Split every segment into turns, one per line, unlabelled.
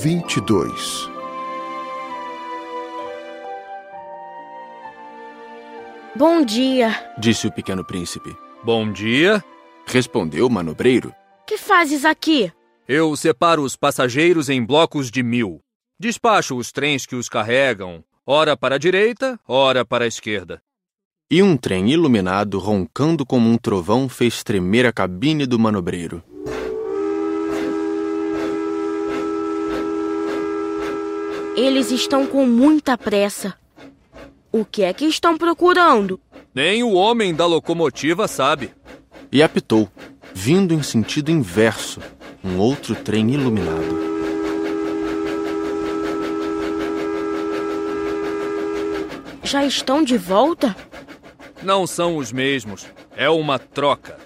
22.
Bom dia.
disse o pequeno príncipe.
Bom dia.
Respondeu o manobreiro.
Que fazes aqui?
Eu separo os passageiros em blocos de mil. Despacho os trens que os carregam, ora para a direita, ora para a esquerda.
E um trem iluminado, roncando como um trovão, fez tremer a cabine do manobreiro.
Eles estão com muita pressa. O que é que estão procurando?
Nem o homem da locomotiva sabe.
E apitou, vindo em sentido inverso, um outro trem iluminado.
Já estão de volta?
Não são os mesmos. É uma troca.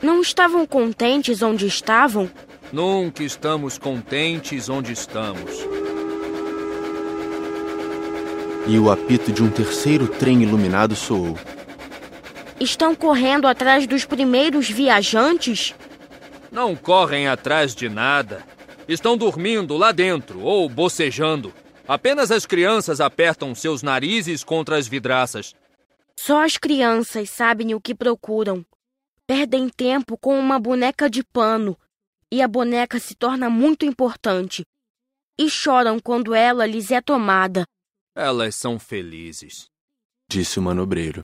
Não estavam contentes onde estavam?
Nunca estamos contentes onde estamos.
E o apito de um terceiro trem iluminado soou.
Estão correndo atrás dos primeiros viajantes?
Não correm atrás de nada. Estão dormindo lá dentro ou bocejando. Apenas as crianças apertam seus narizes contra as vidraças.
Só as crianças sabem o que procuram. Perdem tempo com uma boneca de pano e a boneca se torna muito importante. E choram quando ela lhes é tomada.
Elas são felizes.
disse o manobreiro.